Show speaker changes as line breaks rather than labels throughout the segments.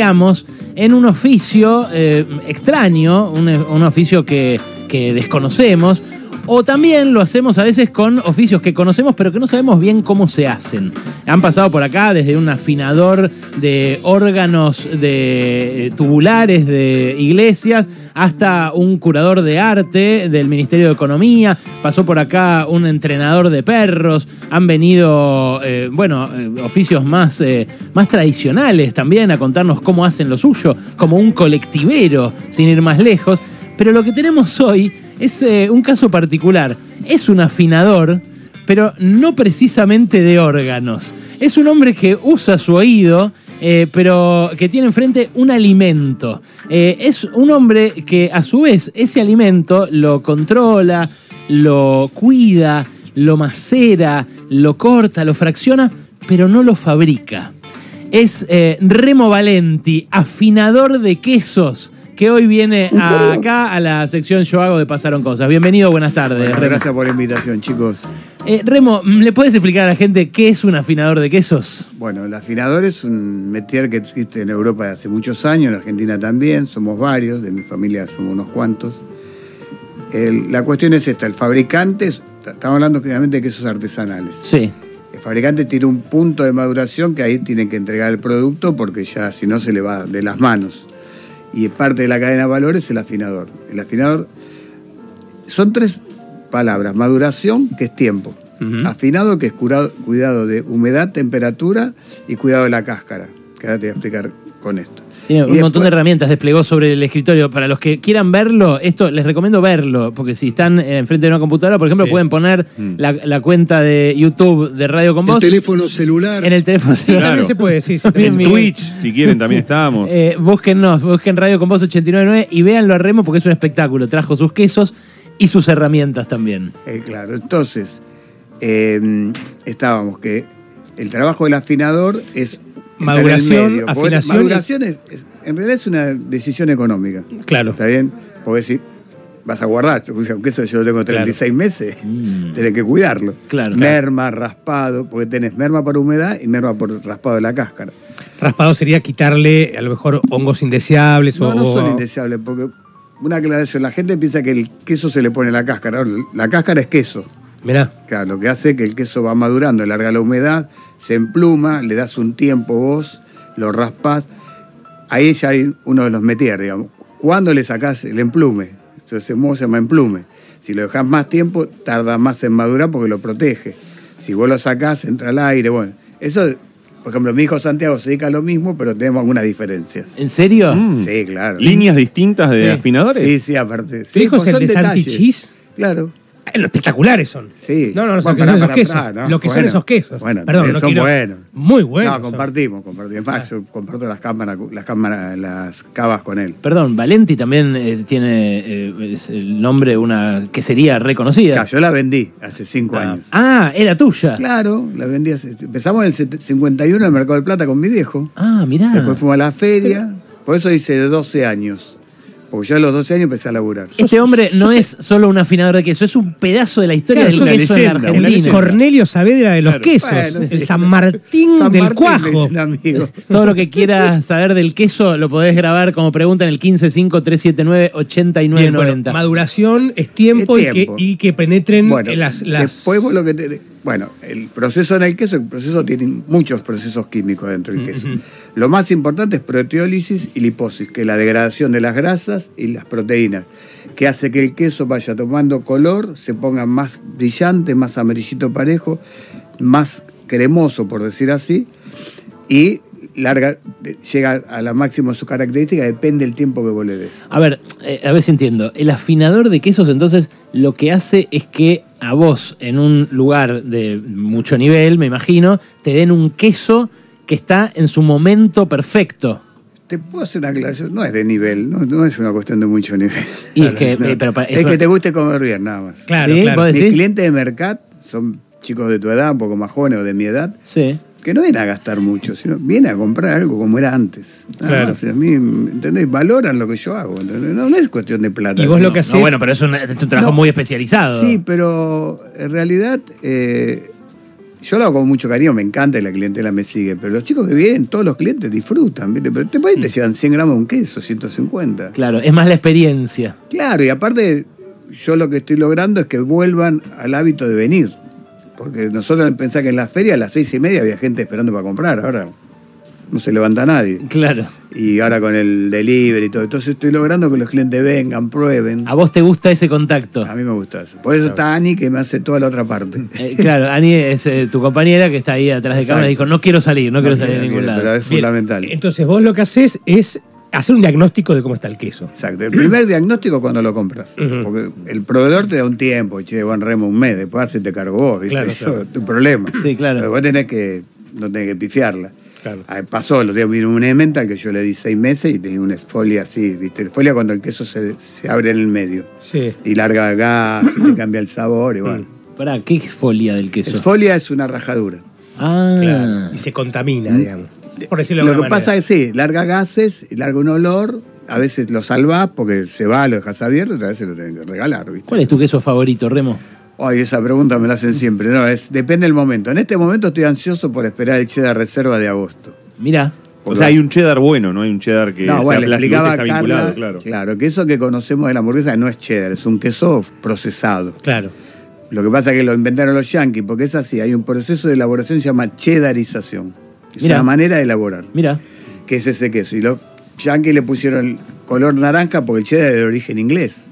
seamos en un oficio eh, extraño, un, un oficio que, que desconocemos, o también lo hacemos a veces con oficios que conocemos pero que no sabemos bien cómo se hacen. Han pasado por acá desde un afinador de órganos de eh, tubulares de iglesias hasta un curador de arte del Ministerio de Economía, pasó por acá un entrenador de perros, han venido, eh, bueno, eh, oficios más, eh, más tradicionales también a contarnos cómo hacen lo suyo, como un colectivero, sin ir más lejos. Pero lo que tenemos hoy es eh, un caso particular. Es un afinador, pero no precisamente de órganos. Es un hombre que usa su oído, eh, pero que tiene enfrente un alimento. Eh, es un hombre que a su vez ese alimento lo controla, lo cuida, lo macera, lo corta, lo fracciona, pero no lo fabrica. Es eh, Remo Valenti, afinador de quesos, que hoy viene
¿En
a-
serio?
acá a la sección Yo hago de Pasaron Cosas. Bienvenido, buenas tardes,
Bueno,
Remo.
gracias por la invitación, chicos.
Eh, Remo, ¿le puedes explicar a la gente qué es un afinador de quesos?
Bueno, el afinador es un metier que existe en Europa de hace muchos años, en Argentina también, somos varios, de mi familia somos unos cuantos. El- la cuestión es esta, el fabricante, es- estamos hablando claramente de quesos artesanales,
Sí.
el fabricante tiene un punto de maduración que ahí tiene que entregar el producto porque ya si no se le va de las manos. Y parte de la cadena de valor es el afinador. El afinador son tres palabras, maduración que es tiempo.
Ujú.
Afinado, que es curado- cuidado de humedad, temperatura y cuidado de la cáscara, que ahora te voy a explicar con esto.
Tiene
Y
un montón de
después-
herramientas desplegó sobre el escritorio. Para los que quieran verlo, esto les recomiendo verlo, porque si están eh, enfrente de una computadora, por ejemplo, pueden poner la, la cuenta de YouTube de Radio con Voz.
El teléfono celular.
En el teléfono celular.
También se puede, sí, sí, también,
Bien,
sí.
mi-
Miguel.
Miguel.
Twitch, si quieren, también estamos.
Eh, búsquennos, busquen Radio con Voz 899 y véanlo a Remo porque es un espectáculo. Trajo sus quesos y sus herramientas también.
Eh, claro, entonces, eh, estábamos que el trabajo del afinador es... estar en el
Maduración,
medio. Poder-
afinación y-
Maduración es- es- en realidad es una decisión económica.
Claro.
¿Está bien? Porque si vas a guardar, o sea, aunque eso yo tengo 36 meses,
Mm.
tenés que cuidarlo.
Claro.
Merma, raspado, porque tenés merma por humedad y merma por raspado de la cáscara.
Raspado sería quitarle a lo mejor hongos indeseables
No,
o.
no son indeseables, porque una aclaración, la gente piensa que el queso se le pone en la cáscara. Ahora, La cáscara es queso.
Mirá,
Claro, lo que hace que el queso va madurando, larga la humedad, se empluma, le das un tiempo vos, lo raspás. Ahí ya hay uno de los metier, digamos. ¿Cuándo le sacás el emplume? Entonces, modo se llama emplume. Si lo dejás más tiempo, tarda más en madurar porque lo protege. Si vos lo sacás, entra al aire. Bueno, eso, por ejemplo, mi hijo Santiago se dedica a lo mismo, pero tenemos algunas diferencias.
¿En serio?
Mm.
Sí, claro.
Líneas distintas de
Sí.
afinadores.
Sí, sí, aparte. Sí,
hijo es
pues
el
son
de Santi
detalles.
Cheese?
Claro.
eh, los espectaculares son.
Sí.
No, no,
Bueno,
no, son,
pará,
esos
pará,
quesos.
pará, no,
lo que son
bueno.
esos quesos.
Bueno,
Perdón,
eh,
no
son
quiero-
buenos.
Muy buenos.
No,
son.
compartimos, compartimos. Es más, yo comparto las cámaras, las cámaras, las cavas con él.
Perdón, Valenti también eh, tiene eh, es el nombre de una quesería reconocida.
Claro, yo la vendí hace cinco años.
Ah, era tuya.
Claro, la vendí hace. Empezamos en el set- 51 en el Mercado del Plata con mi viejo.
Ah, mirá.
Después fuimos a la feria. Por eso hice 12 años. Porque yo a los 12 años empecé a laburar.
Este hombre no es solo un afinador de queso, es un pedazo de la historia del
Claro, es una
queso en la
leyenda, una
El
Argentina.
leyenda.
Cornelio Saavedra de los
Claro.
quesos.
Bueno, sí.
El San Martín
San
del
Martín, me
Cuajo.
dicen amigo.
Todo lo que quieras saber del queso lo podés grabar como pregunta en el 1553798990.
Bien, bueno, maduración es tiempo,
Es
y que-
tiempo.
Y, que, penetren
Bueno,
en las. las-
después vos lo que tenés- bueno, el proceso en el queso, el proceso tiene muchos procesos químicos dentro
Mm,
del queso. Lo más importante es proteólisis y liposis, que es la degradación de las grasas y las proteínas, que hace que el queso vaya tomando color, se ponga más brillante, más amarillito parejo, más cremoso, por decir así, y larga, llega a la máxima su característica, depende del tiempo que vos le des.
A ver, eh, a ver si entiendo. El afinador de quesos entonces lo que hace es que a vos en un lugar de mucho nivel, me imagino, te den un queso que está en su momento perfecto.
Te puedo hacer una aclaración, no es de nivel, no, no es una cuestión de mucho nivel.
Y es que,
No.
eh, pero para-
es
eso-
que te guste comer bien, nada más.
Claro,
¿Sí?
claro.
¿Vos
Mis
decís?
clientes de Mercat son chicos de tu edad, un poco más jóvenes o de mi edad,
Sí.
que no vienen a gastar mucho, sino vienen a comprar algo como era antes. Nada
Claro.
más. A mí, ¿entendés? Valoran lo que yo hago, ¿entendés? No, no es cuestión de plata.
Y vos lo
No.
que hacés.
No, bueno, pero es un, es un trabajo
No.
muy especializado.
Sí, pero en realidad eh, Yo lo hago con mucho cariño, me encanta y la clientela me sigue, pero los chicos que vienen, todos los clientes disfrutan, ¿viste? Pero te pueden te llevan 100 gramos de un queso, 150.
Claro, es más la experiencia.
Claro, y aparte, yo lo que estoy logrando es que vuelvan al hábito de venir. Porque nosotros pensamos que en las ferias a las seis y media había gente esperando para comprar, ahora no se levanta nadie.
Claro.
Y ahora con el delivery y todo. Entonces estoy logrando que los clientes vengan, prueben.
A vos te gusta ese contacto.
A mí me gusta eso. Por eso está Ani que me hace toda la otra parte.
Eh, claro, Ani es eh, tu compañera que está ahí atrás de
Exacto.
cámara y dijo, no quiero salir, no, quiero salir a
quiero,
ningún lado.
Pero es
Bien,
fundamental.
Entonces vos lo que haces es hacer un diagnóstico de cómo está el queso.
Exacto. El primer diagnóstico cuando lo compras. Porque el proveedor te da un tiempo, che, van remo un mes, después se te cargó vos, ¿viste?
Claro, claro.
Eso es tu problema.
Sí, claro.
Pero vos tenés que, no tenés que pifiarla.
Claro.
Ah, Pasó, los días vino un Emmental que yo le di seis meses y tenía una esfolia así, ¿viste? Esfolia cuando el queso se, se abre en el medio
Sí.
y larga gas, y te cambia el sabor y bueno.
Pará, ¿qué es folia del queso?
Esfolia es una rajadura.
ah,
Claro. Y se contamina, digamos. Por decirlo de
Ah. Lo que
alguna
pasa
manera.
es sí, larga gases, y larga un olor, a veces lo salvás porque se va, lo dejas abierto, otras veces lo tenés que regalar, ¿viste?
¿cuál es tu queso favorito, Remo?
Ay, esa pregunta me la hacen siempre. No, es depende del momento. En este momento estoy ansioso por esperar el cheddar reserva de agosto.
Mirá,
O sea, hay un cheddar bueno, no hay un cheddar que
no,
sea
bueno, le
plástico,
explicaba
este
a
está vinculado,
Carla,
claro.
claro. que eso que conocemos de la hamburguesa no es cheddar, es un queso procesado.
Claro.
Lo que pasa es que lo inventaron los yanquis, porque es así, hay un proceso de elaboración que se llama cheddarización. Es
Mirá.
una manera de elaborar,
mirá.
que es ese queso. Y los yanquis le pusieron color naranja porque el cheddar es de origen inglés.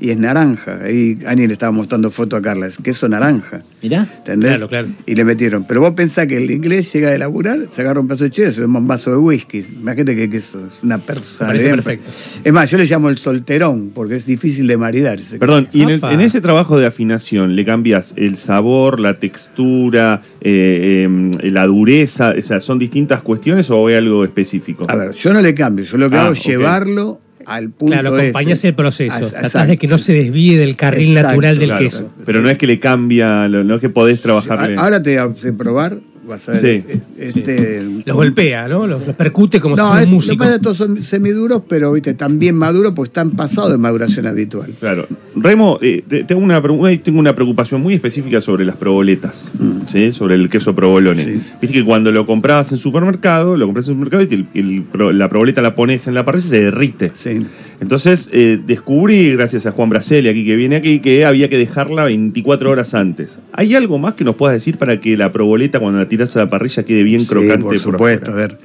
Y es naranja. Ahí Ani le estaba mostrando foto a Carla, es queso naranja.
Mirá.
¿Entendés?
Claro, claro.
Y le metieron. Pero vos pensás que el inglés llega de laburar, se agarra un pedazo de cheddar, se toma un vaso de whisky. Imagínate que, que eso es una persona.
Me parece
bien.
perfecto.
Es más, yo le llamo el solterón, porque es difícil de maridar. ese
Perdón, y en, el-
Apa.
en ese trabajo de afinación, ¿le cambias el sabor, la textura, eh, eh, la dureza? O sea, ¿son distintas cuestiones o hay algo específico?
A ver, yo no le cambio, yo lo que
Ah,
hago es
ok.
llevarlo al punto
Claro, acompañás
ese.
el proceso.
Ah,
Tratás
exacto.
de que no se desvíe del carril
Exacto,
natural del
Claro,
queso.
Pero no es que le cambia, lo- no es que podés trabajarle.
A- Ahora te voy a probar, vas a ver.
Sí.
eh, Este,
Los golpea, ¿no? Los, los percute como si
no,
fuera
es,
un
lo
músico.
que pasa es que estos son semiduros, pero viste, están bien maduros pues están pasados de maduración habitual.
Claro. Remo, eh, te- tengo, una, pregu- eh, tengo una preocupación muy específica sobre las proboletas, ¿sí? sobre el queso provolone. Viste que cuando lo comprabas en supermercado, lo compras en supermercado y te- el- el pro- la proboleta la pones en la parrilla y se derrite.
Sí.
Entonces eh, descubrí, gracias a Juan Braceli aquí que viene aquí, que había que dejarla 24 horas antes. ¿Hay algo más que nos puedas decir para que la proboleta cuando la tiras a la parrilla quede bien
Sí,
crocante?
por supuesto, a
afuera?
ver.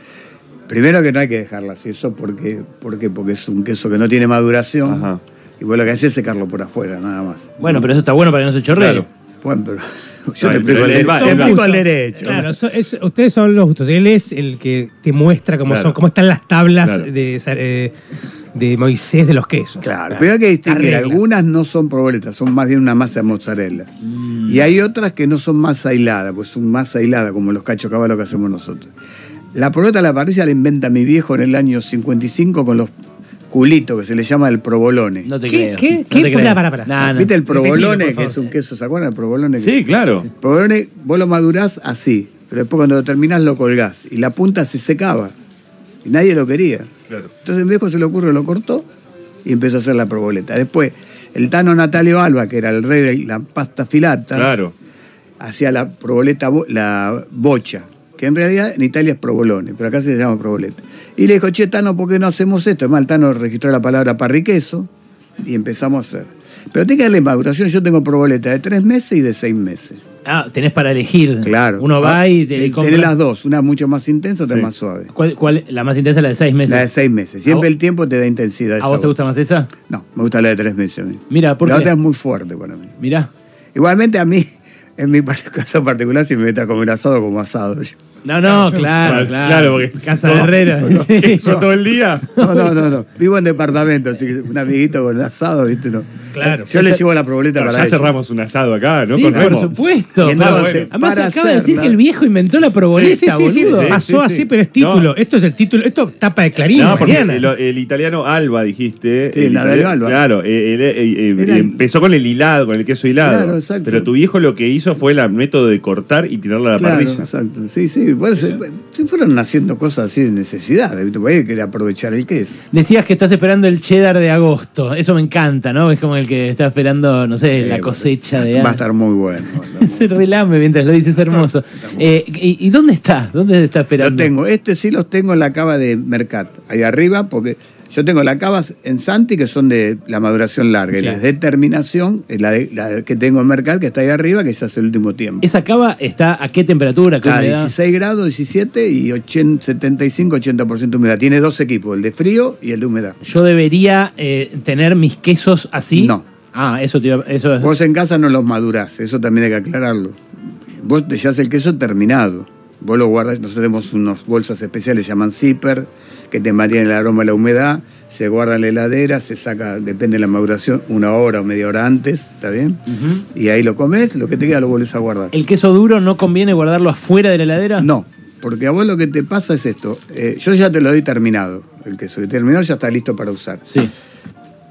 Primero que no hay que dejarla así, eso porque, porque, porque es un queso que no tiene maduración.
Ajá.
Y vos lo que haces es secarlo por afuera, nada más.
Bueno, pero eso está bueno para que no se chorree.
Claro.
Bueno, pero yo
pero
te explico
el-
el, dere-
el- el-
te
el-
explico el
Justo.
derecho.
Claro, so- es- ustedes son los justos. Él es el que te muestra cómo
Claro.
son, cómo están las tablas
Claro.
de, esa- eh, de Moisés de los quesos.
Claro,
Ah.
pero hay que distinguir.
Las reglas.
Algunas no son proboletas, son más bien una masa de mozzarella. Y hay otras que no son masa hilada, pues son masa hilada, como los cachos caballos que hacemos nosotros. La proboleta a la parrilla la inventa mi viejo en el año 55 con los culitos, que se le llama el provolone.
No te
¿Qué-
creo.
qué-
no
qué?
te creo.
Pará, pará, pará.
Ah, No, no.
Ah, ¿Viste el
Repetilo, por
provolone, que
favor.
es un queso, ¿se acuerdan? El provolone. que-
Sí, claro.
Provolone, vos lo madurás así, pero después cuando lo terminás lo colgás. Y la punta se secaba. Y nadie lo quería.
Claro.
Entonces mi viejo se le ocurre, lo cortó y empezó a hacer la proboleta. Después, el Tano Natalio Alba, que era el rey de la pasta filata,
Claro.
hacía la proboleta, bo- la bocha, que en realidad en Italia es provolone, pero acá se llama proboleta. Y le dijo, che, Tano, ¿por qué no hacemos esto? Además, el Tano registró la palabra parriqueso y empezamos a hacer. Pero tiene que darle maduración, yo tengo proboleta de tres meses y de seis meses.
Ah, tenés para elegir.
Claro. Eh,
Uno va y te
Tenés
compra-
las dos, una mucho más intensa, otra
Sí.
más suave.
¿Cuál, cuál- la más intensa es la de seis meses?
La de seis meses. Siempre
¿A vos-
el tiempo te da intensidad. de
¿A vos te
sabor.
gusta más esa?
No, me gusta la de tres meses a mí.
Mira, ¿por
la
qué?
otra es muy fuerte para mí.
Mirá.
Igualmente a mí, en mi par- caso particular, si me meto a comer asado como asado. yo-
No, no, claro, claro.
Claro, porque-
Casa de
No,
Herrera. sí.
¿Queso todo el día?
No, no, no, no. Vivo en departamento, así que un amiguito con asado, ¿viste? No.
Claro.
Yo le llevo la proboleta
Claro,
para
ya
ella.
cerramos un asado acá, ¿no?
Sí,
Con
por
Remo.
supuesto.
Y entonces,
Claro. Además
para
acaba de decir
hacerla-
que el viejo inventó la proboleta,
Sí, sí, sí, sí,
boludo.
sí.
Pasó así, pero es título.
No.
Esto es el título. Esto tapa de clarín.
No, porque
mañana.
el, el italiano Alba dijiste.
Sí,
el
la del
italiano-
Alba.
Claro, eh, él, eh, eh,
Era-
y empezó con el hilado, con el queso hilado.
Claro, exacto.
Pero tu viejo lo que hizo fue el método de cortar y tirarla a la
Claro,
parrilla.
exacto. Sí, sí. Bueno, se, se fueron haciendo cosas así de necesidad, ¿viste? Porque hay que aprovechar el queso.
Decías que estás esperando el cheddar de agosto. Eso me encanta, ¿no? Es como el que está esperando, no sé, la cosecha de
Va a
algo.
estar muy bueno.
Se relame mientras lo dices, hermoso. Eh, ¿y, y dónde está? ¿Dónde está
Yo
esperando?
tengo, este sí los tengo en la cava de Mercat, ahí arriba, porque yo tengo las cavas en Santi que son de la maduración larga, y
Sí.
las de terminación, es la, de- la que tengo en Mercat, que está ahí arriba, que se hace el último tiempo.
¿Esa cava está a qué temperatura? ¿Qué
Está a
humedad?
16 grados, 17 y 75-80% de humedad. Tiene dos equipos, el de frío y el de humedad.
¿Yo debería eh, tener mis quesos así?
No.
Ah, eso, te iba- eso es.
Vos en casa no los madurás, eso también hay que aclararlo. Vos te llevas el queso terminado. Vos lo guardas, nosotros tenemos unas bolsas especiales, se llaman zipper, que te mantienen el aroma y la humedad, se guarda en la heladera, se saca, depende de la maduración, una hora o media hora antes, ¿está bien? Y ahí lo comes, lo que te queda lo volvés a guardar.
¿El queso duro no conviene guardarlo afuera de la heladera?
No, porque a vos lo que te pasa es esto, eh, yo ya te lo doy terminado, el queso que terminado ya está listo para usar.
Sí.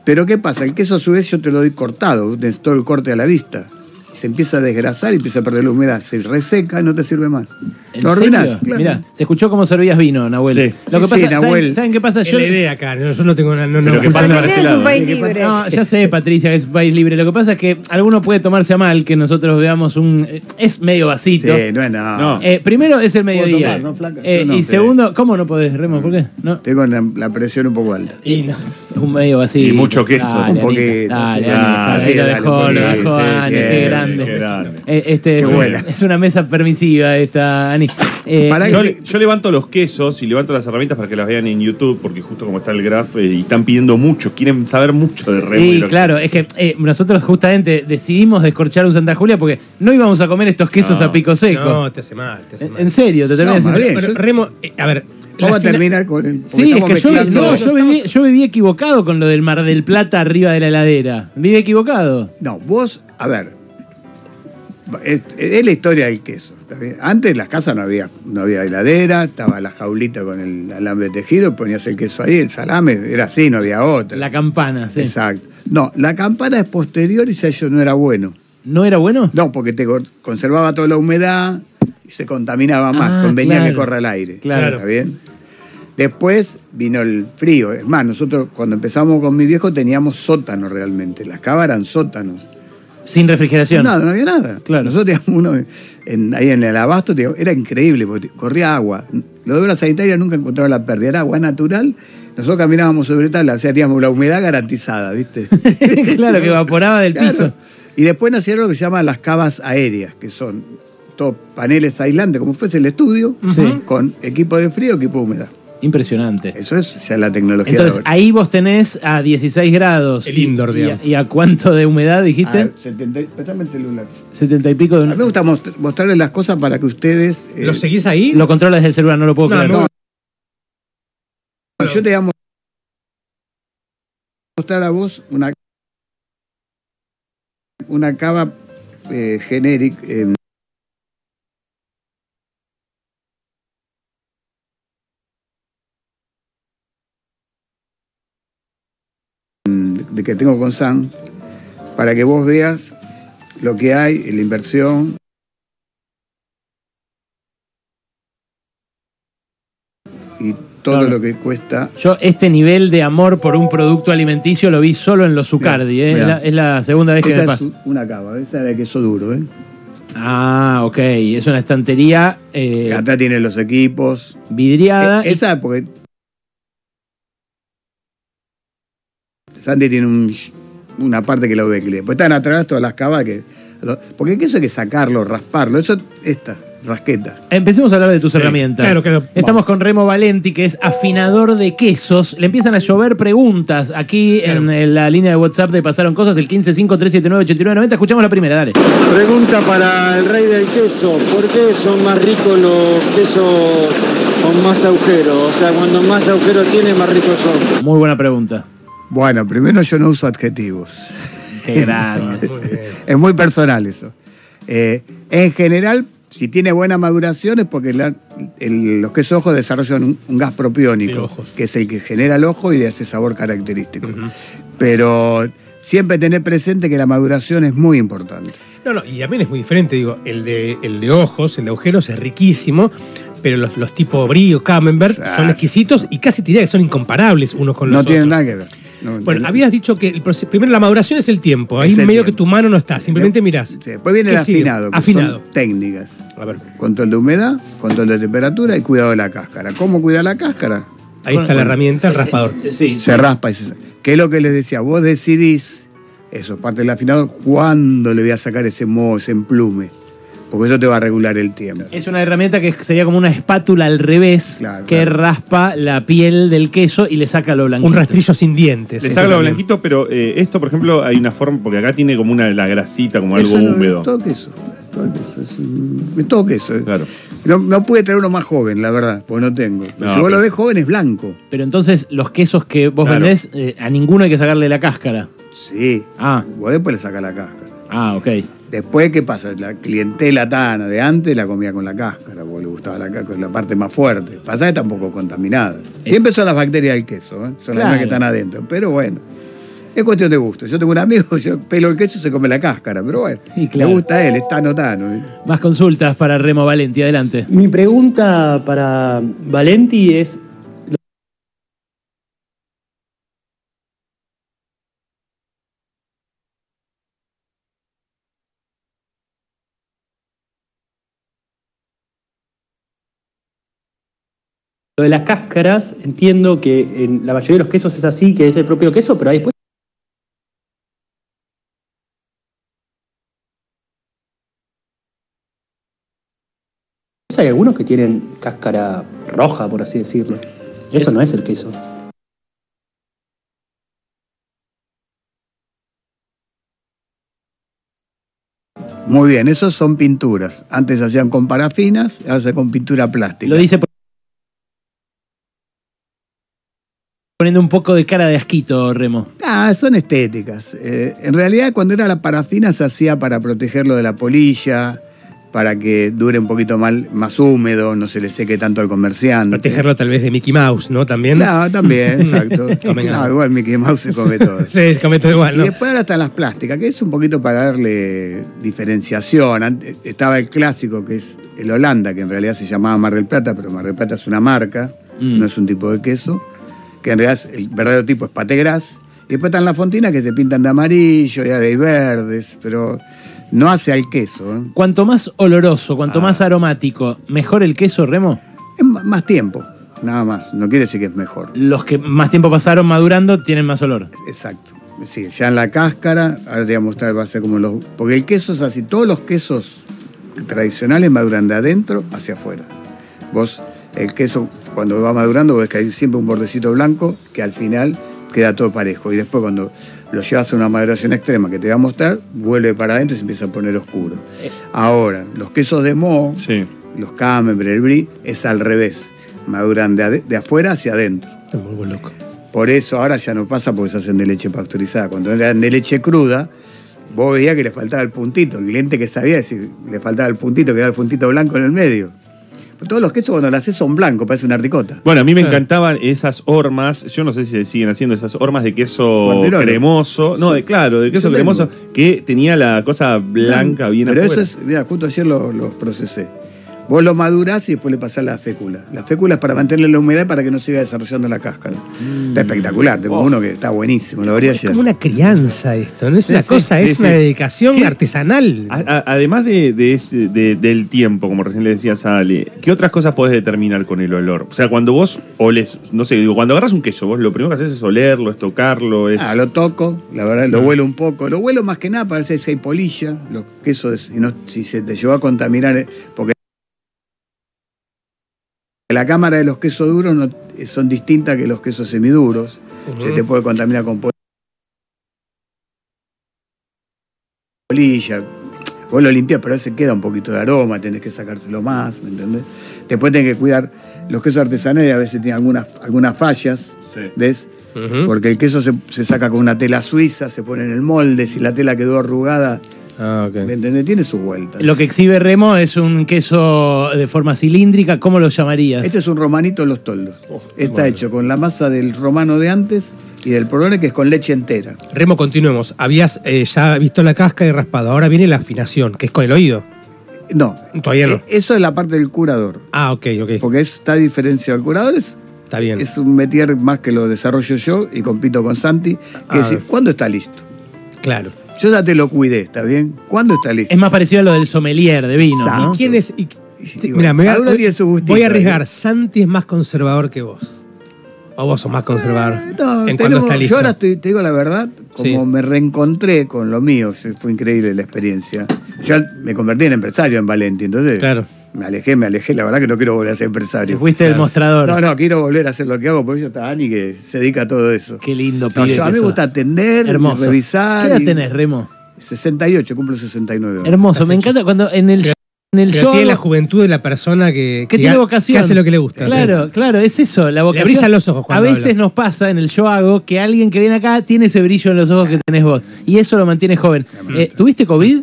Pero ¿qué pasa? El queso a su vez yo te lo doy cortado, tenés todo el corte a la vista. Se empieza a desgrasar y empieza a perder la humedad. Se reseca y no te sirve más.
¿En
Lo arruinás.
serio?
claro.
Mirá, se escuchó cómo servías vino, Nahuel.
Sí.
Lo que
Sí,
pasa,
sí,
¿saben- ¿saben,
Nahuel.
qué pasa?
Es la idea acá, no, yo no tengo una. No,
Pero
no,
que pasa para
Argentina
este
es
lado.
un país
Sí, que pasa-
libre.
No, ya sé, Patricia, que es un país libre. Lo que pasa es que alguno puede tomarse a mal que nosotros veamos un. eh, Es medio
Sí,
vasito.
no es nada.
No.
Eh, primero es el mediodía.
tomar, ¿no, flaca?
Eh,
Yo no.
y
Sí.
segundo, ¿cómo no podés, Remo? ¿Por qué? No.
Tengo la, la presión un poco alta.
Y no, un medio vacío.
Y mucho queso.
Dale,
Un
Anita,
poquito,
Dale,
sí.
Anita,
Ah,
ahí
sí,
lo
dale,
dejó, lo
sí,
dejó
sí,
Ani,
sí,
qué
sí,
grande.
qué grande.
Eh, Este es, un-
buena.
es una mesa permisiva esta, Ani. Eh,
Pará
Yo,
que te-
yo levanto los quesos y levanto las herramientas para que las vean en YouTube, porque justo como está el graph eh, y están pidiendo mucho, quieren saber mucho de Remo. y
Sí,
los
claro,
quesos.
es que eh, nosotros justamente decidimos descorchar un Santa Julia porque no íbamos a comer estos quesos
No,
a pico seco.
no, te hace mal, te hace
en,
mal.
en serio, te terminé
No,
diciendo-
más bien,
Pero,
yo-
Remo, eh, a ver. la
Vamos a
fina-
terminar con el. porque
Sí, es
estamos
que yo,
mezclando-
no, yo, viví, yo viví equivocado con lo del Mar del Plata arriba de la heladera. Viví equivocado.
No, vos, a ver. Es, es la historia del queso. ¿está bien? Antes en las casas no había, no había heladera, estaba la jaulita con el alambre tejido, ponías el queso ahí, el salame, era así, no había otra.
La campana, sí.
Exacto. No, la campana es posterior y si eso no era bueno.
¿No era bueno?
No, porque te cor- conservaba toda la humedad y se contaminaba más.
Ah,
convenía
claro.
que corra el aire.
Claro.
¿Está bien? Después vino el frío. Es más, nosotros cuando empezamos con mi viejo teníamos sótanos realmente. Las cavas eran sótanos.
Sin refrigeración.
No, no había nada.
Claro.
Nosotros teníamos uno en- ahí en el abasto, te digo, era increíble, porque corría agua. Los de obra sanitaria nunca encontraban la pérdida, era agua natural. Nosotros caminábamos sobre tal, o sea, teníamos la humedad garantizada, ¿viste?
claro, que evaporaba del
Claro.
piso.
Y después nacieron lo que se llaman las cavas aéreas, que son todos paneles aislantes, como fuese el estudio,
Sí.
con equipo de frío, equipo de humedad.
Impresionante.
Eso es ya la tecnología
Entonces,
de ahora.
ahí vos tenés a 16 grados.
El indoor,
y, y, a,
digamos.
y a cuánto de humedad dijiste?
Ah, 70 prestame el celular.
¿70 y pico de
A mí me gusta most- mostrarles las cosas para que ustedes... eh,
¿Lo seguís ahí?
Lo controla desde el celular, no lo puedo
No,
creer.
no.
Yo te llamo mostrar a vos una una cava eh, genérica eh, de que tengo con Sam para que vos veas lo que hay, la inversión, y todo
Claro.
lo que cuesta
Yo este nivel de amor por un producto alimenticio lo vi solo en los Zucardi, ¿eh?
mirá.
Es, la, es la segunda vez que me
Esta es
pasa.
una cava, esta es la de queso duro. ¿eh?
Ah, ok. Es una estantería eh,
Acá tiene los equipos.
vidriada.
Eh, esa porque... Sandy tiene un- una parte que lo ve. que le- Después están atrás todas las cavas que... lo- Porque el queso hay que sacarlo, rasparlo. Eso, esta, rasqueta.
Empecemos a hablar de tus
Sí,
herramientas.
claro, claro.
Estamos con Remo Valenti, que es afinador de quesos. Le empiezan a llover preguntas aquí en, eh, la línea de WhatsApp de Pasaron Cosas, el 1553798990. Escuchamos la primera, dale.
Pregunta para el rey del queso, ¿por qué son más ricos los quesos con más agujeros? O sea, cuando más agujeros tiene, más ricos son.
Muy buena pregunta.
Bueno, primero yo no uso adjetivos.
Qué grande.
Muy bien.
Es muy personal eso. Eh, en general, si tiene buena maduración es porque la- el- los quesos ojos desarrollan un, un gas
De
propiónico,
ojos.
que es el que genera el ojo y de ese sabor característico. Pero siempre tener presente que la maduración es muy importante.
No, no, y también es muy diferente, digo, el de, el de ojos, el de agujeros es riquísimo, pero los, los tipo brillo, Camembert,
Ah,
son exquisitos y casi te diría que son incomparables unos con los
no
otros.
tiene nada que ver. No,
bueno,
no.
habías dicho que el proce- primero la maduración es el tiempo. Ahí
Es el
medio que
tiempo.
tu mano no está, simplemente mirás.
Sí, Después viene
¿Qué
el
sigue?
afinado. que
Afinado.
Son técnicas.
A ver,
Control de humedad, control de temperatura y cuidado de la cáscara. ¿Cómo cuidar la cáscara?
ahí
Bueno,
está la
bueno.
herramienta, el raspador.
Sí.
Se raspa. y se- ¿Qué es lo que les decía? Vos decidís, eso es parte del afinado, cuándo le voy a sacar ese moho, ese emplume. Porque eso te va a regular el tiempo.
Es una herramienta que sería como una espátula al revés
Claro,
que
claro.
raspa la piel del queso y le saca lo blanquito.
Un rastrillo sin dientes.
Le
Eso
saca lo
también.
blanquito, pero eh, esto, por ejemplo, hay una forma, porque acá tiene como una la grasita, como algo
Eso no-
húmedo.
Todo queso. Todo queso. Es, un- todo queso.
Claro.
No, no pude traer uno más joven, la verdad, porque no tengo.
No,
si vos lo
pues-
ves joven es blanco.
Pero entonces los quesos que vos
Claro.
vendés, eh, a ninguno hay que sacarle la cáscara.
Sí.
Ah.
Vos después le sacás la cáscara.
Ah, ok.
Después, ¿qué pasa? La clientela tana de antes la comía con la cáscara, porque le gustaba la cáscara, la parte más fuerte. Pasa que tampoco contaminada. Siempre son las bacterias del queso, ¿eh? son las
Claro.
mismas que están adentro. Pero bueno, es cuestión de gusto. Yo tengo un amigo, yo pelo el queso y se come la cáscara, pero bueno,
Y claro.
le gusta a él, es tano tano. ¿eh?
Más consultas para Remo Valenti, adelante.
Mi pregunta para Valenti es, lo de las cáscaras, entiendo que en la mayoría de los quesos es así, que es el propio queso, pero hay después... Hay algunos que tienen cáscara roja, por así decirlo. Eso no es el queso.
Muy bien, esos son pinturas. Antes se hacían con parafinas, ahora se hacen con pintura plástica.
Lo dice poniendo un poco de cara de asquito, Remo.
Ah, son estéticas. Eh, en realidad, cuando era la parafina se hacía para protegerlo de la polilla, para que dure un poquito más, más húmedo, no se le seque tanto al comerciante.
Protegerlo tal vez de Mickey Mouse, ¿no? También.
Claro, también, exacto.
Convengamos.
no, igual Mickey Mouse se come todo.
Sí, se comete igual,
Y
Ah, ¿no?
después ahora están las plásticas, que es un poquito para darle diferenciación. Antes estaba el clásico, que es el Holanda, que en realidad se llamaba Mar del Plata, pero Mar del Plata es una marca, no es un tipo de queso, que en realidad es- el verdadero tipo es pate gras. Y después están las fontinas que se pintan de amarillo, ya de verdes, pero no hace al queso. ¿eh?
Cuanto más oloroso, cuanto más aromático, mejor el queso, Remo.
Es ma- más tiempo, nada más. No quiere decir que es mejor.
Los que más tiempo pasaron madurando tienen más olor.
Exacto. Sí, ya en la cáscara, ahora te voy a mostrar, va a ser como los. Porque el queso es así, todos los quesos tradicionales maduran de adentro hacia afuera. Vos, el queso, cuando va madurando, ves que hay siempre un bordecito blanco que al final queda todo parejo. Y después, cuando lo llevas a una maduración extrema que te voy a mostrar, vuelve para adentro y se empieza a poner oscuro. Ahora, los quesos de moho,
Sí.
los camembert, el brie, es al revés. Maduran de, ade- de afuera hacia adentro.
Te vuelvo loco.
Por eso ahora ya no pasa porque se hacen de leche pasteurizada. Cuando eran de leche cruda, vos veías que le faltaba el puntito. El cliente que sabía decir, le faltaba el puntito, quedaba el puntito blanco en el medio. Pero todos los quesos cuando los haces son blancos, parece una ricota.
Bueno, a mí me encantaban esas hormas, yo no sé si se siguen haciendo esas hormas de queso
Guarderolo.
cremoso, no, de claro, de queso
Yo tengo.
cremoso que tenía la cosa blanca bien
Pero
afuera.
eso es, mira, justo ayer lo- los procesé. Vos lo madurás y después le pasás la fécula. La fécula es para mantenerle la humedad para que no siga desarrollando la cáscara. Está espectacular, tengo uno que está buenísimo, lo abrí
Es
ayer.
como una crianza esto, no es una
sí,
cosa,
sí,
es
sí.
una dedicación
¿Qué? Ah,
artesanal.
A- a- Además de, de ese- de- del tiempo, como recién le decías a Ale, ¿qué otras cosas podés determinar con el olor? O sea, cuando vos olés, no sé, digo, cuando agarras un queso, vos lo primero que haces es olerlo, es tocarlo, es.
Ah, lo toco, la verdad, lo huelo un poco. Lo huelo más que nada para ver si hay polilla, los quesos, si, no- si se te llevó a contaminar, eh, porque la cámara de los quesos duros no- eh, son distintas que los quesos semiduros. Se te puede contaminar con pol- polilla. Vos lo limpiás, pero a veces queda un poquito de aroma, tenés que sacárselo más, ¿me entendés? Después tenés que cuidar los quesos artesanales, a veces tienen algunas, algunas fallas,
Sí.
¿ves?
Ujú.
Porque el queso se, se saca con una tela suiza, se pone en el molde, si la tela quedó arrugada,
Ah, ok.
¿me entendés? Tiene su vuelta.
Lo que exhibe Remo es un queso de forma cilíndrica, ¿cómo lo llamarías?
Este es un romanito en los toldos.
Oh,
Está hecho con la masa del romano de antes y del provolone que es con leche entera.
Remo, continuemos. Habías eh, ya visto la casca y raspado, ahora viene la afinación, que es con el oído.
No,
Todavía no.
e- eso es la parte del curador.
Ah, ok, ok.
Porque es- está diferenciado. El curador es
Está bien.
Es un metier más que lo desarrollo yo y compito con Santi. Que
Ah.
dice, ¿cuándo está listo?
Claro.
Yo ya te lo cuidé, ¿está bien? ¿Cuándo está listo?
Es más parecido a lo del sommelier de vino,
Sa-
¿no?
¿Quién es? y-
Y bueno,
Mira, me voy
cada uno
a,
tiene su gustito,
voy a arriesgar.
¿eh?
Santi es más conservador que vos. O vos sos más conservador.
Eh, no,
en cuanto
tenemos-
está listo.
Yo ahora estoy- te digo la verdad, como
Sí.
me reencontré con lo mío, sí, fue increíble la experiencia. Yo me convertí en empresario en Valenti, entonces
Claro.
me alejé, me alejé, la verdad que no quiero volver a ser empresario.
Te fuiste el mostrador.
No, no, quiero volver a hacer lo que hago, porque yo está Ani que se dedica a todo eso.
Qué lindo
No,
pibe
yo- a
que
mí me
sos.
gusta atender,
Hermoso.
revisar.
¿Qué edad
y-
tenés, Remo?
68, cumplo 69. ahora.
Hermoso, me encanta cuando en el, en el
Pero
show.
tiene la juventud de la persona que,
que tiene
ha-
vocación.
que hace lo que le gusta.
Claro, claro, es eso, la vocación.
brillan los ojos cuando
A veces
habla.
nos pasa en el yo hago que alguien que viene acá tiene ese brillo en los ojos que tenés vos. Y eso lo mantiene joven. Eh, ¿Tuviste COVID?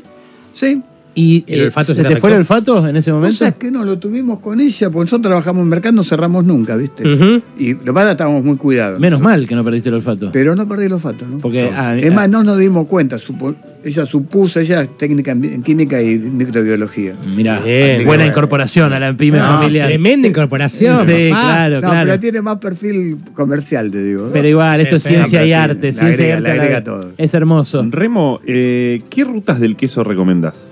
Sí.
¿Y
¿El
eh,
olfato
se
se te
te fue el
afectó?
olfato en ese
Vos
momento?
sabés que no lo tuvimos con ella, porque nosotros trabajamos en mercado, no cerramos nunca, ¿viste?
Ujú.
Y lo que pasa es que estábamos muy cuidados.
Menos mal que no perdiste el olfato.
Pero no perdí los fatos, ¿no?
Porque,
No.
ah,
es
ah.
más, no nos dimos cuenta. supo- ella supuso, ella es técnica en, bi- en química y microbiología.
Mirá,
Bien,
buena
bueno.
incorporación a la pyme
No,
familiar.
tremenda incorporación.
Sí,
papá.
claro,
no,
claro.
pero tiene más perfil comercial, te digo. ¿no?
Pero igual, esto es
Sí, sí,
ciencia
pero
y
sí,
arte.
le
ciencia y
agrega,
arte
le
a la
agrega
vez.
todo.
Es hermoso.
Remo, eh, ¿qué rutas del queso recomendás?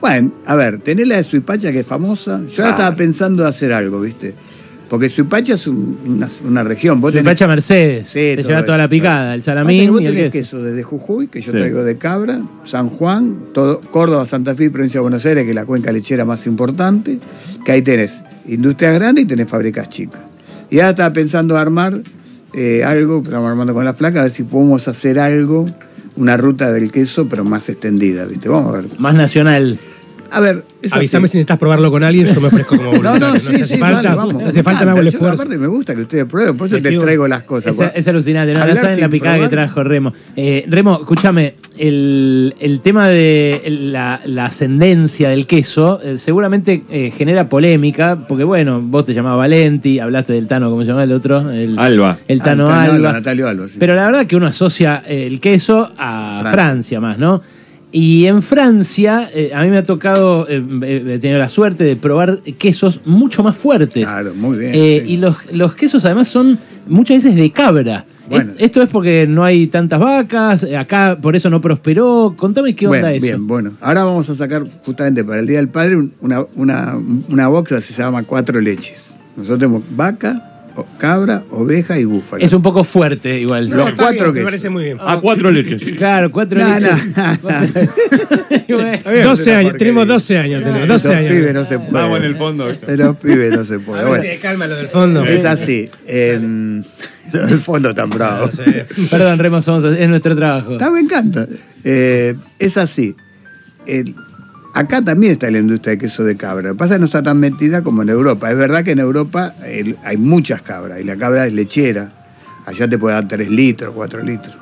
Bueno, a ver, tenés la de Suipacha que es famosa. Yo ahora estaba pensando hacer algo, ¿viste? Porque Suipacha es un- una, una región. Vos
Suipacha Mercedes.
Sí,
te
todo
lleva toda
eso,
la picada,
claro.
el
Aparte que
salamín
vos
y el
tenés
queso.
queso desde Jujuy, que yo
Sí.
traigo de Cabra, San Juan, todo, Córdoba, Santa Fe, y provincia de Buenos Aires, que es la cuenca lechera más importante, que ahí tenés industrias grandes y tenés fábricas chicas. Y ahora estaba pensando armar eh, algo, estamos armando con la flaca, a ver si podemos hacer algo, una ruta del queso, pero más extendida, ¿viste? Vamos a ver.
Más nacional.
A ver, es así.
Avísame si necesitas probarlo con alguien, yo me ofrezco como
No,
voluntario.
no, sí,
hace
sí,
falta,
dale, vamos.
no hace falta me hago el
Yo,
esfuerzo.
Aparte me gusta que ustedes prueben, por eso
Me
les
escribo.
traigo las cosas.
Es, es alucinante, no, no
Hablar
saben la
sin
picada
probar.
que trajo Remo. Eh, Remo, escúchame, el, el tema de la, la ascendencia del queso eh, seguramente eh, genera polémica, porque bueno, vos te llamabas Valenti, hablaste del Tano, ¿cómo se llamaba el otro? El,
Alba.
El
Ah,
Tano,
Tano Alba,
Alba.
Natalio Alba, sí.
Pero la verdad que uno asocia eh, el queso a
Francia.
Francia, más, ¿no? Y en Francia, eh, a mí me ha tocado, eh, eh, he tenido la suerte de probar quesos mucho más fuertes.
Claro, muy bien,
Eh,
sí.
Y los, los quesos además son muchas veces de cabra.
Bueno.
Es- esto es porque no hay tantas vacas, eh, acá por eso no prosperó. Contame qué onda
bueno,
eso.
Bien, bueno. Ahora vamos a sacar justamente para el Día del Padre un- una, una, una box que se llama Cuatro Leches. Nosotros tenemos vaca, o- cabra, oveja y búfalo.
Es un poco fuerte igual.
No, los
está
cuatro
bien,
quesos.
Me parece muy bien.
A cuatro leches.
Claro, cuatro
No,
leches.
no.
Y bueno,
12
una
años,
porquería.
tenemos 12 años, tenemos
Esos
12 años.
pibes no se puede.
Vamos en el fondo.
Esos pibes no se
A
puede.
ver
Bueno,
si se calma lo del fondo.
es así. em, el fondo tan bravo.
Perdón, Remo, somos- es nuestro trabajo.
Está, me encanta. Eh, es así. El- acá también está la industria de queso de cabra. Lo que pasa es que no está tan metida como en Europa. Es verdad que en Europa el- hay muchas cabras y la cabra es lechera. Allá te puede dar 3 litros, 4 litros.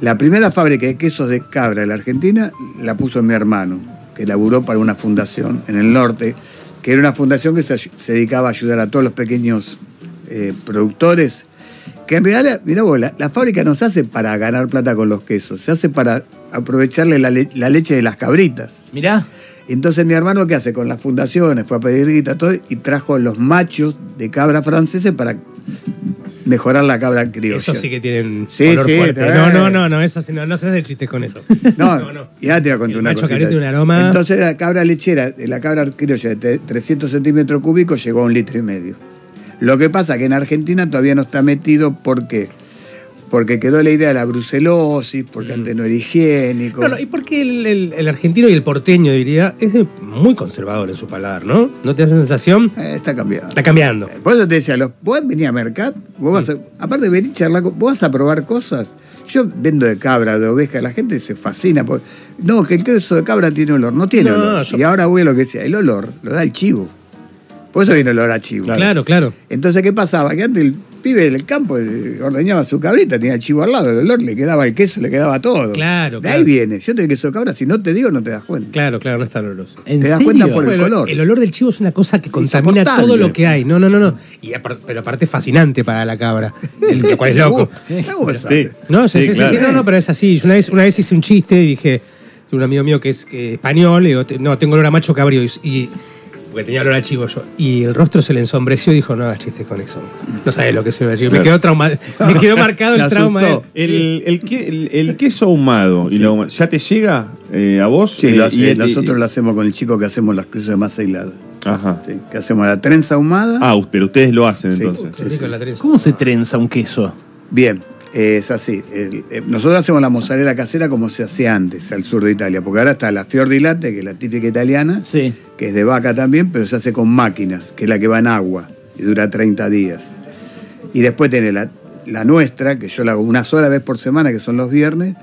La primera fábrica de quesos de cabra de la Argentina la puso mi hermano, que laburó para una fundación en el norte, que era una fundación que se, ayu- se dedicaba a ayudar a todos los pequeños eh, productores. Que en realidad, mirá vos, la, la fábrica no se hace para ganar plata con los quesos, se hace para aprovecharle la, le- la leche de las cabritas.
Mirá.
Entonces mi hermano, ¿qué hace? Con las fundaciones, fue a pedir guita todo y trajo los machos de cabra franceses para mejorar la cabra criolla.
Eso sí que tienen
Sí,
color
sí,
fuerte.
eh.
No, no, no, no, eso sí, no, no se hace chistes con eso.
No, ya te voy a contar
El
una
macho
cosita.
cabrito
de
tiene
eso.
un aroma.
Entonces la cabra lechera, la cabra criolla de tre- 300 centímetros cúbicos llegó a un litro y medio. Lo que pasa que en Argentina todavía no está metido, ¿por qué? Porque quedó la idea de la brucelosis, porque antes no era higiénico.
Mm. No, no, y porque el, el- el argentino y el porteño, diría, es de- muy conservador en su paladar, ¿no? ¿No te da esa sensación?
Eh, está cambiado.
Está cambiando.
Eh, Por eso te decía, los, vos venís a Mercat, vos vas a, aparte de venir a charlar, con- vos vas a probar cosas. Yo vendo de cabra, de oveja, la gente se fascina. Por, no, que el queso de cabra tiene olor, no tiene
No,
olor.
yo-
Y ahora voy a lo que sea, el olor lo da el chivo. Por eso viene el olor a chivo.
Claro, claro.
Entonces, ¿qué pasaba? Que antes el pibe del campo eh, ordeñaba su cabrita, tenía el chivo al lado, el olor le quedaba el queso, le quedaba todo.
Claro,
De ahí
claro.
viene. Yo te queso de cabra, si no te digo, no te das cuenta.
Claro, claro, no es tan oloroso.
¿En
Te das
serio?
cuenta por el
Bueno,
color.
El olor del chivo es una cosa que contamina
Insoportable.
todo lo que hay. No, no, no, no. Y apar- pero aparte es fascinante para la cabra, el- lo cual es loco.
Ya vos
Sí.
sabés.
No, sí, sí, sí,
claro.
sí, no, no, pero es así. Yo una vez, una vez hice un chiste y dije, de un amigo mío que es que, español, le digo, "Te- no, tengo olor a macho cabrío. Y, y porque tenía olor a chivo yo. Y el rostro se le ensombreció y dijo, no hagas chistes con eso, mijo. No sabes lo que es el olor a chivo. Me
Claro.
quedó trauma, me quedó marcado
Le
el trauma. ¿eh?
asustó.
de-
El, el que- el- el queso ahumado y la ahuma- ya te llega eh, a vos.
Sí,
Eh,
lo
y-
hace-
y-
nosotros lo hacemos con el chico que hacemos las cruces de masa hilada.
Ajá.
Sí, Que hacemos la trenza ahumada.
Ah, pero ustedes lo hacen entonces.
Qué rico la trenza.
¿Cómo se trenza un queso?
Bien, eh, es así. El- eh, nosotros hacemos la mozzarella casera como se hacía antes, al sur de Italia, porque ahora está la fior di latte, que es la típica italiana,
Sí.
que es de vaca también, pero se hace con máquinas, que es la que va en agua y dura 30 días. Y después tiene la, la nuestra, que yo la hago una sola vez por semana, que son los viernes.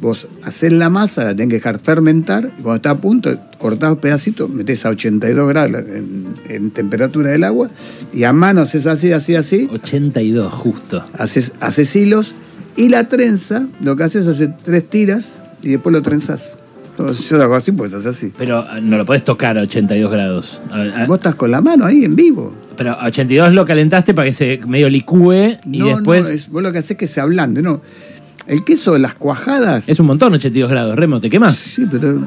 Vos hacés la masa, la tenés que dejar fermentar, y cuando está a punto, cortás pedacitos, metés a 82 grados en, en temperatura del agua, y a mano haces así, así, así,
82, justo.
haces, haces hilos y la trenza, lo que haces es hacer tres tiras y después lo trenzás. Entonces, yo lo hago así, pues haces así.
Pero ah, no lo podés tocar a 82 grados. A- a-
Vos estás con la mano ahí en vivo.
pero a 82 lo calentaste para que se medio licúe y
no,
después.
no,
es...
es, vos lo que haces es que se ablande, no. El queso, las cuajadas.
un montón 82 grados. Remo, ¿te quemas?
Sí, pero.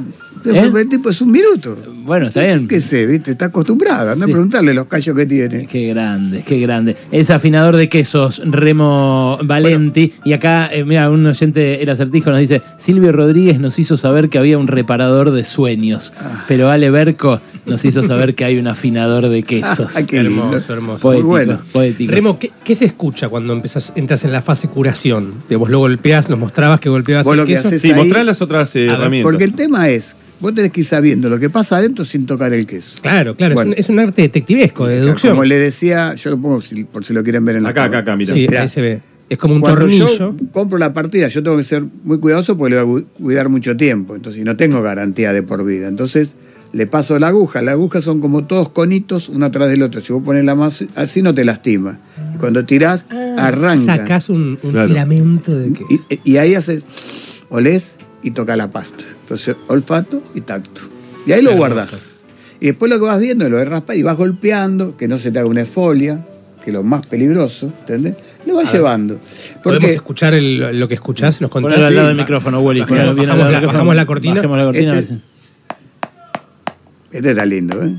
después el tipo es un minuto.
¿Eh? Bueno, está bien.
¿Qué sé? ¿Viste? Está acostumbrado. Anda
Sí.
a preguntarle los callos que tiene.
Qué grande, qué grande. Es afinador de quesos, Remo Valenti. Y acá, eh, mira, un oyente, el acertijo, nos dice: Silvio Rodríguez nos hizo saber que había un reparador de sueños.
Ah.
Pero Ale Berco nos hizo saber que hay un afinador de quesos.
Ah, qué lindo.
Hermoso, hermoso.
Muy
poético,
bueno.
poético.
Remo, ¿qué, qué se escucha cuando empezás, entras en la fase curación? Que vos lo golpeás, nos mostrabas que golpeabas
Vos
el
lo que
queso.
haces-
Sí,
ahí-
mostrá las otras eh,
ver,
herramientas.
Porque el tema es, vos tenés que ir sabiendo lo que pasa adentro sin tocar el queso.
Claro, claro, es
Bueno.
un- es, un, arte detectivesco, de deducción.
Como le decía, yo lo pongo si- por si lo quieren ver en la
Acá, acá, acá, mira.
Sí,
Mirá.
ahí se ve. Es como un
Cuando
tornillo.
yo compro la partida, yo tengo que ser muy cuidadoso porque le voy a cu- cuidar mucho tiempo. Entonces, y no tengo garantía de por vida. Entonces, le paso la aguja. Las agujas son como todos conitos, uno atrás del otro. Si vos pones la más así, no te lastima. Y cuando tirás,
Ah,
arranca.
Sacás un, un
Claro.
filamento de queso.
Y, y ahí haces, olés y toca la pasta. Entonces, olfato y tacto. Y ahí lo
Hermoso.
guardás. Y después lo que vas viendo, lo de raspar y vas golpeando, que no se te haga una esfolia, que es lo más peligroso, ¿entendés? Lo vas llevando.
Podemos escuchar el- lo que escuchás, nos contás.
Ponelo al lado
Sí.
del micrófono, Wally.
Bajamos-
Ponelo bien al
bajamos
lado del
la-
micrófono.
bajamos la cortina.
Bajemos la cortina.
Este- Este está lindo, ¿eh?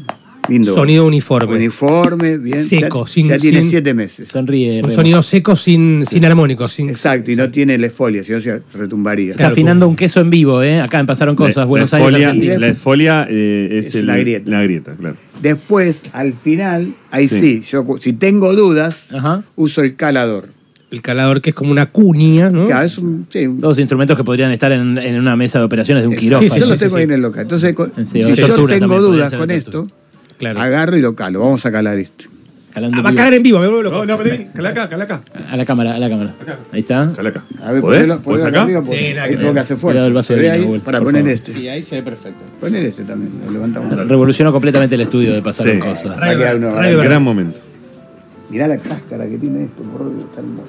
Lindo.
Sonido uniforme.
Uniforme, bien.
Seco,
ya,
sin-
Ya tiene
sin-
siete meses.
Sonríe.
Un
Remo.
sonido seco sin, sin armónico. Sin,
Exacto, y no tiene la esfolia, si no se retumbaría.
Está
Claro,
afinando un queso en vivo, ¿eh? Acá me pasaron
La-
cosas. Buenos
la
Aires,
esfolia-
Argentina.
La esfolia eh, es,
Es
el-
la grieta.
La grieta, claro.
Después, al final, ahí
Sí.
sí, yo cu- si tengo dudas,
Ajá.
uso el calador.
El calador que es como una cuña, ¿no?
Claro, es un. sí, un-
Todos instrumentos que podrían estar en, en una mesa de operaciones de un
es-
quirófano.
yo lo
sí,
tengo
sí.
ahí en el local. Entonces, co-
Sí,
si
o
yo
tortura
tengo
también, podría
dudas
ser
con
tortura.
esto,
Claro.
agarro y lo calo. Vamos a calar este.
Calando
Ah,
en
va a
vivo.
caer en vivo, me vuelvo
No,
loco.
no, vení, calaca, calaca.
A la cámara, a la cámara. Ahí está.
Calaca.
A ver,
¿Podés?
ponelo-
¿Podés
ponelo
acá?
arriba, porque
Sí, nada
ahí
que
tengo
ver.
que hacer fuerza.
Cuidado el vaso de
¿Se ve
vino,
ahí?
Will,
Pará,
por
ponen
favor.
este.
ahí se ve perfecto.
Ponen este también, lo levantamos.
Revolucionó completamente el estudio de pasar
Sí.
cosas.
Va a quedar uno.
Rayo verde.
Gran momento.
Mirá la cáscara que tiene esto, por Dios, está hermoso.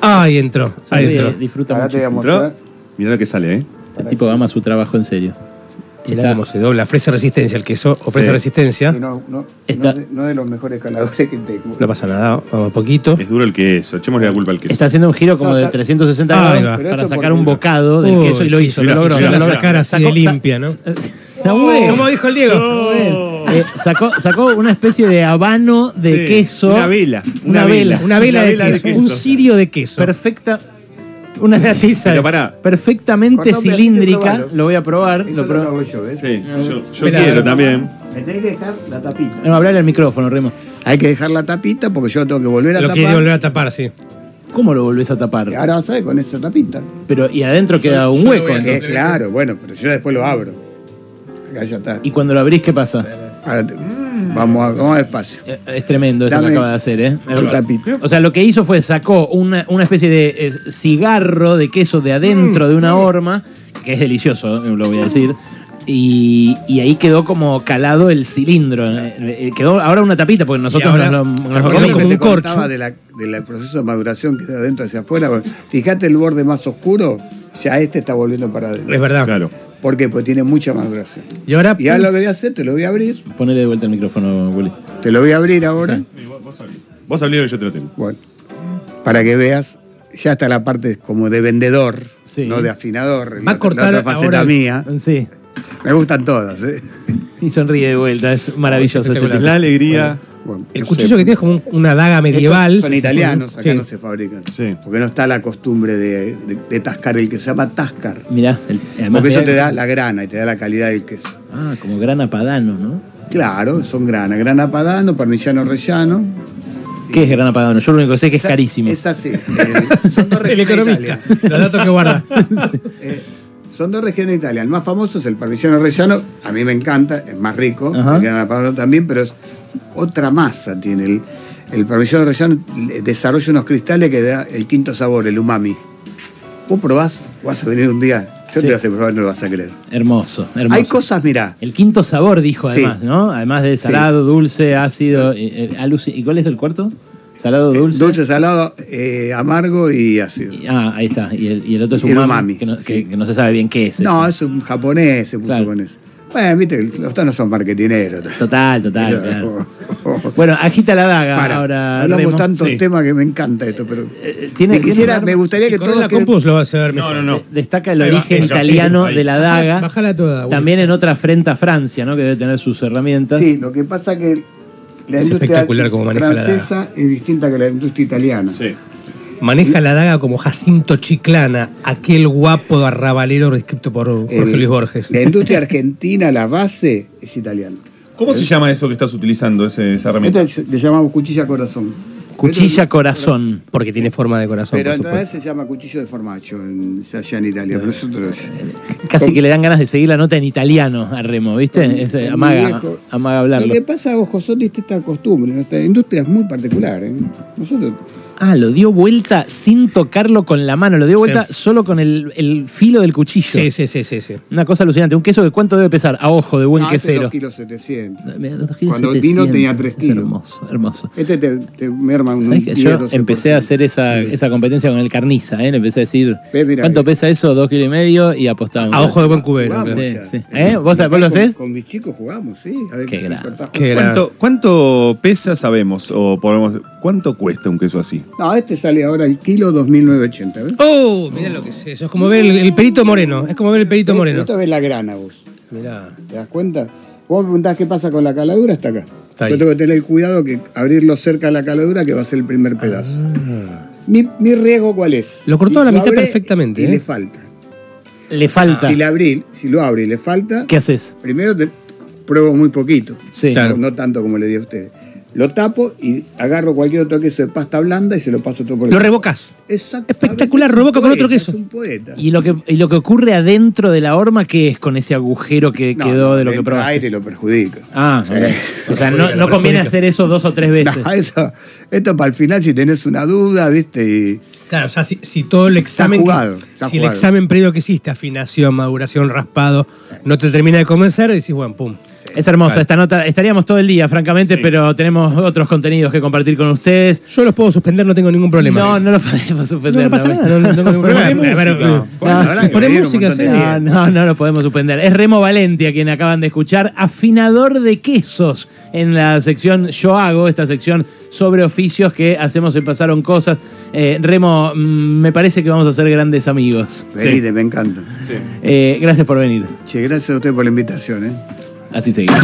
Ah, ahí entró. Ahí
Sonríe,
entró.
Disfruta
Ahora
mucho.
te voy a mostrar.
Entró. Mirá lo que sale, ¿eh?
Este tipo ama su trabajo en serio.
Mirá
Está,
cómo se dobla. Ofrece resistencia el queso. Ofrece
Sí.
resistencia.
Y no, no,
Está-
no de, no de los mejores caladores que tengo.
No pasa nada. Vamos a poquito.
Es duro el queso. Echémosle la culpa al queso.
está haciendo un giro como
No,
de
está-
360
Ahí
grados
va.
para
Pero esto
sacar
por
un
dentro.
bocado del
Uy,
queso y lo
sí,
hizo.
sí,
lo
la-
logró.
sí,
lo
la
logró.
sacar
así de
Sacó- sa-
limpia, ¿no?
No, güey.
Como dijo el
Oh.
Diego.
Eh, sacó, sacó una especie de habano de
Sí,
queso.
Una vela.
Una vela.
Una vela,
Una
de,
vela de
queso.
queso.
Un cirio de queso.
perfecta. Una tiza
Pero pará.
perfectamente
Cortame,
cilíndrica.
probalo.
Lo voy a probar.
Eso
Lo
lo
probo.
hago yo, ¿ves?
Sí, yo, yo
Vela.
quiero también.
Me tenés que dejar la tapita.
No, hablarle al micrófono, Remo.
Hay que dejar la tapita porque yo tengo que volver a
Lo que
tapar.
volver a tapar, sí.
¿Cómo lo volvés a tapar?
Ahora vas a ver con esa tapita.
Pero, y adentro queda un
yo lo
hueco.
voy a
¿no?
hacer.
Eh, claro, bueno, pero yo después lo abro. Acá ya está.
Y cuando lo abrís, ¿qué pasa?
Ahora te- vamos, a, vamos despacio.
Eh, Es tremendo eso que
Dame
acaba de hacer, ¿eh?
tu tapita.
O sea, lo que hizo fue sacó una, una especie de eh, cigarro de queso de adentro de una horma, que es delicioso, eh, lo voy a decir. Y, y ahí quedó como calado el cilindro. eh, eh, Quedó ahora una tapita, porque nosotros
ahora-
nos lo, nos
¿te
lo
Bueno,
acordás
comemos.
lo que
como
te
un corcho.
contaba de la- del proceso de maduración que está de adentro hacia afuera. bueno, Fijate el borde más oscuro, ya este está volviendo para adentro.
Es
Ah.
verdad.
Claro.
¿Por qué? Porque tiene mucha maduración.
Y ahora.
Y ahora lo que voy a hacer, te lo voy a abrir.
Ponele de vuelta el micrófono, Willy.
Te lo voy a abrir ahora.
Vos hablé que yo te lo tengo.
Bueno, para que veas, ya está la parte como de vendedor,
Sí.
no de afinador.
Va a
la-
cortar
la otra faceta
ahora el-
mía.
Sí.
Me gustan todas, ¿eh?
Y sonríe de vuelta, es maravilloso este
La
tipo.
alegría.
Bueno,
El
no
cuchillo
sé.
que tiene es como un- una daga medieval.
Estos son italianos, acá
Sí.
no se fabrican.
Sí.
Porque no está la costumbre de, de- de tascar el que se llama tascar.
Mirá, el- además
Porque eso
mirá-
te da la grana y te da la calidad del queso.
Ah, como grana padano, ¿no?
Claro, son grana. Grana padano, parmigiano rellano.
¿Qué es grana padano? Yo lo único que sé es que es carísimo.
Es así. Eh, son dos
El
regiones
economista,
italianas.
los datos que guarda.
Eh, son dos regiones italianas. El más famoso es el parmigiano rellano. A mí me encanta, es más rico.
Ajá.
El grana padano también, pero es otra masa tiene. El, el parmigiano rellano le- desarrolla unos cristales que da el quinto sabor, el umami. Vos probás, vas a venir un día.
Sí.
Yo te voy a hacer probar, no lo vas a creer.
Hermoso, hermoso.
Hay cosas, mirá.
El quinto sabor, dijo
Sí.
además, ¿no? Además de salado, dulce, ácido, eh, eh, aluci- ¿Y cuál es el cuarto? Salado, dulce.
Eh, Dulce, salado, eh, amargo y ácido.
Y- Ah, ahí está. Y el, y el otro es
Y el
umami,
umami,
que, no, que-
sí.
que no se sabe bien qué es.
No, es un japonés, se puso
Claro.
con eso. Bueno, viste, los tanos son marketineros.
Total, total, claro. Bueno, agita la daga
Para,
ahora.
hablamos
Remo.
tantos
Sí.
temas que me encanta esto, pero
Eh, tiene-
me, quisiera,
tiene-
me gustaría que
Si corres
todos
la
que-
compus lo vas a ver
No,
mejor.
no, no.
Destaca el
Ahí va,
origen
eso,
italiano
eso, ahí.
de la daga.
Bájala toda, boludo.
También en otra frente a Francia, ¿no? Que debe tener sus herramientas.
Sí, lo que pasa que la
Es
industria
espectacular cómo maneja la
francesa es distinta que la industria italiana.
Sí.
Maneja la daga como Jacinto Chiclana, aquel guapo arrabalero descrito por Jorge
El-
Luis Borges.
Eh, La industria argentina, la base, es italiana.
¿Cómo se llama eso que estás utilizando, ese, esa herramienta?
Esta se- le llamamos cuchilla corazón.
Cuchilla corazón.
Porque tiene forma de corazón,
Pero
por
en realidad
supuesto.
se llama cuchillo de formaggio en, allá en Italia. Pero nosotros
Casi que le dan ganas de seguir la nota en italiano a Remo, ¿viste? Es, eh,
Mi
amaga,
viejo.
amaga
Lo
hablarlo.
que pasa, ojo, son de esta costumbre. Nuestra industria es muy particular. ¿eh? Nosotros,
Ah, lo dio vuelta sin tocarlo con la mano, lo dio vuelta
Sí.
solo con el, el filo del cuchillo.
Sí, sí, sí, sí, sí.
Una cosa alucinante. Un queso de cuánto debe pesar, a ojo, de buen
Ah, este
quesero.
2 kilos 700.
Mira, dos kilos
Cuando vino
700.
tenía tres
Es
kilos.
Hermoso, hermoso.
Este te, te merma un
¿Sabés que
10,
yo
12%.
empecé a hacer esa, esa competencia con el carniza, ¿eh? Le empecé a decir,
Ve, eh. mirá,
¿cuánto
ve.
pesa eso? Dos kilos y medio y apostamos.
A ojo de buen cubero.
Jugamos
Sí,
ya.
sí. ¿Eh? ¿Vos-
Acá
vos lo
con-
hacés?
Con mis chicos jugamos, sí. A ver
Qué
si
grande.
cortás-
Qué gran-
¿Cuánto, ¿Cuánto pesa sabemos? O podemos, ¿Cuánto cuesta un queso así?
No, este sale ahora el kilo 2980. ¿ves?
¡Oh! Mirá lo que es eso. Es como ver el, el perito moreno. Es como ver el perito
¿Ves?
moreno.
Esto ves la grana vos.
Mirá.
¿Te das cuenta? Vos me preguntás qué pasa con la caladura, hasta acá.
Está
Yo
ahí.
tengo que tener cuidado que abrirlo cerca de la caladura que va a ser el primer pedazo. Mi, mi riesgo cuál es?
Ah. Lo cortó a la mitad
abre
perfectamente,
Y
¿eh?
le falta.
Le falta.
Si le abrí, si lo abro y le falta,
¿Qué haces?
primero te- pruebo muy poquito.
Sí.
Claro.
No, no tanto como le di a ustedes. Lo tapo y agarro cualquier otro queso de pasta blanda y se lo paso todo por el
Lo rebocas.
Exactamente.
Espectacular, revoca con otro
Poeta,
queso.
Es un poeta.
¿Y lo, que, y lo que ocurre adentro de la horma, ¿qué es con ese agujero que
No,
quedó
no,
de lo
le
que
entra
probaste?
aire y lo perjudica.
Ah, ok. o sea, no, no conviene hacer eso dos o tres veces.
No, eso, esto para el final, si tenés una duda, ¿viste? Y
Claro, o sea, si, si todo el examen. que-
jugado, está
si el
jugado.
examen previo que hiciste, afinación, maduración, raspado, no te termina de convencer, decís, bueno, pum.
Es hermosa
Vale.
esta nota. Estaríamos todo el día, francamente, pero tenemos otros contenidos que compartir con ustedes.
Yo los puedo suspender, no tengo ningún problema.
No, no lo podemos
No,
suspender.
no pasa nada, no, no tengo ningún problema.
Ponemos
Pero-
música.
bueno,
Ah,
la verdad que
poné
me dieron un
música,
montón de
sí.
No,
miedo.
no, Ah, no lo podemos suspender. Es Remo Valente a quien acaban de escuchar, afinador de quesos en la sección Yo hago, esta sección sobre oficios que hacemos en Pasaron Cosas. Eh, Remo, mm, me parece que vamos a ser grandes amigos.
Venite, me encanta.
Eh, gracias por venir.
Che, gracias a usted por la invitación, ¿eh?
Así seguimos.